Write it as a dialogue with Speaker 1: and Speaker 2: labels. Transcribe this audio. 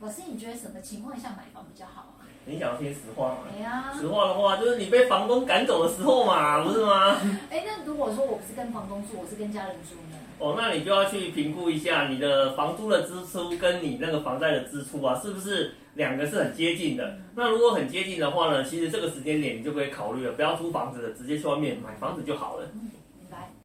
Speaker 1: 老师，你觉得什么情况下买房比较好啊？
Speaker 2: 你想要听实话吗？
Speaker 1: 哎呀，
Speaker 2: 实话的话，就是你被房东赶走的时候嘛，不是吗？
Speaker 1: 哎，那如果说我不是跟房东住，我是跟家人住呢？
Speaker 2: 哦，那你就要去评估一下你的房租的支出跟你那个房贷的支出啊，是不是两个是很接近的？那如果很
Speaker 1: 嗯
Speaker 2: 接近的话呢，其实这个时间点你就可以考虑了，不要租房子了，直接去外面买房子就好了。